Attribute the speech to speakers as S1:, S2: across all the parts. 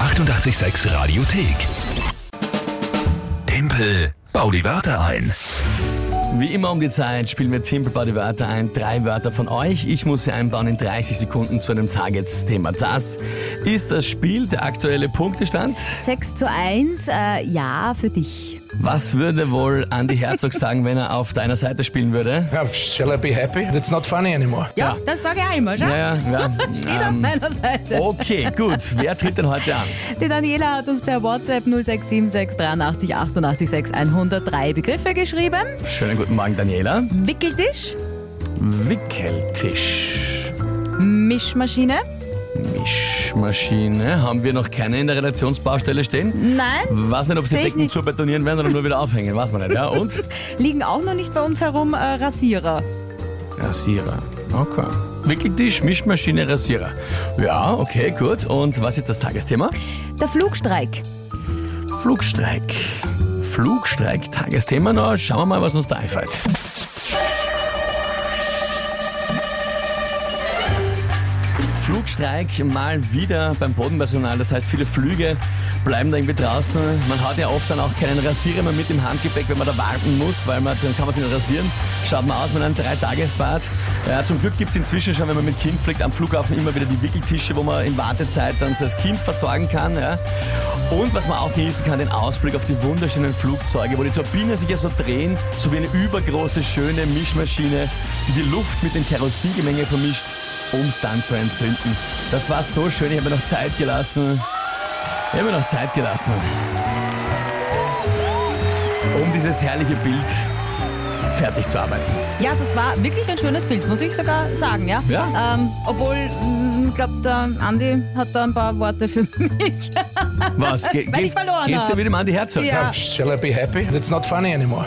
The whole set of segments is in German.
S1: 886 Radiothek. Tempel, bau die Wörter ein.
S2: Wie immer um die Zeit spielen wir Timpelbar die Wörter ein. Drei Wörter von euch. Ich muss sie einbauen in 30 Sekunden zu einem Targetsthema. Das ist das Spiel, der aktuelle Punktestand.
S3: 6 zu 1, äh, ja, für dich.
S2: Was würde wohl Andy Herzog sagen, wenn er auf deiner Seite spielen würde?
S4: Yeah, shall I be happy? It's not funny anymore.
S3: Ja,
S2: Ja.
S3: das sage ich auch immer, schau.
S2: Ja, ja, ja.
S3: Steht auf
S2: Ähm,
S3: meiner Seite.
S2: Okay, gut. Wer tritt denn heute an?
S3: Die Daniela hat uns per WhatsApp 0676 83 88 6 103 Begriffe geschrieben.
S2: Schönen guten Morgen, Daniela.
S3: Wickeltisch,
S2: Wickeltisch.
S3: Mischmaschine.
S2: Mischmaschine. Haben wir noch keine in der Redaktionsbaustelle stehen?
S3: Nein,
S2: Weiß nicht, ob sie
S3: Sehe ich
S2: Decken
S3: nicht.
S2: zu betonieren werden oder nur wieder aufhängen. Weiß man nicht, ja? Und?
S3: liegen auch noch nicht bei uns herum äh, Rasierer.
S2: Rasierer. Okay. Wickeltisch, Mischmaschine, Rasierer. Ja, okay, gut. Und was ist das Tagesthema?
S3: Der Flugstreik.
S2: Flugstreik. Flugstreik, Tagesthema. Na, schauen wir mal, was uns da einfällt. Flugstreik mal wieder beim Bodenpersonal. Das heißt, viele Flüge bleiben da irgendwie draußen. Man hat ja oft dann auch keinen Rasierer mehr mit im Handgepäck, wenn man da warten muss, weil man, dann kann man sich nicht rasieren. Schaut mal aus mit einem Dreitagesbad. Ja, zum Glück gibt es inzwischen schon, wenn man mit Kind fliegt, am Flughafen immer wieder die Wickeltische, wo man in Wartezeit dann so das Kind versorgen kann. Ja. Und was man auch genießen kann, den Ausblick auf die wunderschönen Flugzeuge, wo die Turbinen sich ja so drehen, so wie eine übergroße, schöne Mischmaschine, die die Luft mit dem Kerosingemenge vermischt um es dann zu entzünden. Das war so schön, ich habe mir noch Zeit gelassen. Ich habe mir noch Zeit gelassen. Um dieses herrliche Bild fertig zu arbeiten.
S3: Ja, das war wirklich ein schönes Bild, muss ich sogar sagen, ja.
S2: Ja.
S3: Ähm, obwohl, mh, ich glaube, der Andi hat da ein paar Worte für mich.
S2: Was? Ge
S3: Weil ich
S2: geht's,
S3: verloren
S2: geht's dir
S3: hab.
S2: wieder mal an die Herzog?
S3: Ja.
S4: Shall I be happy? It's not funny anymore.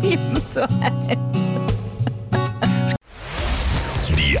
S3: 7 zu 1.
S1: Die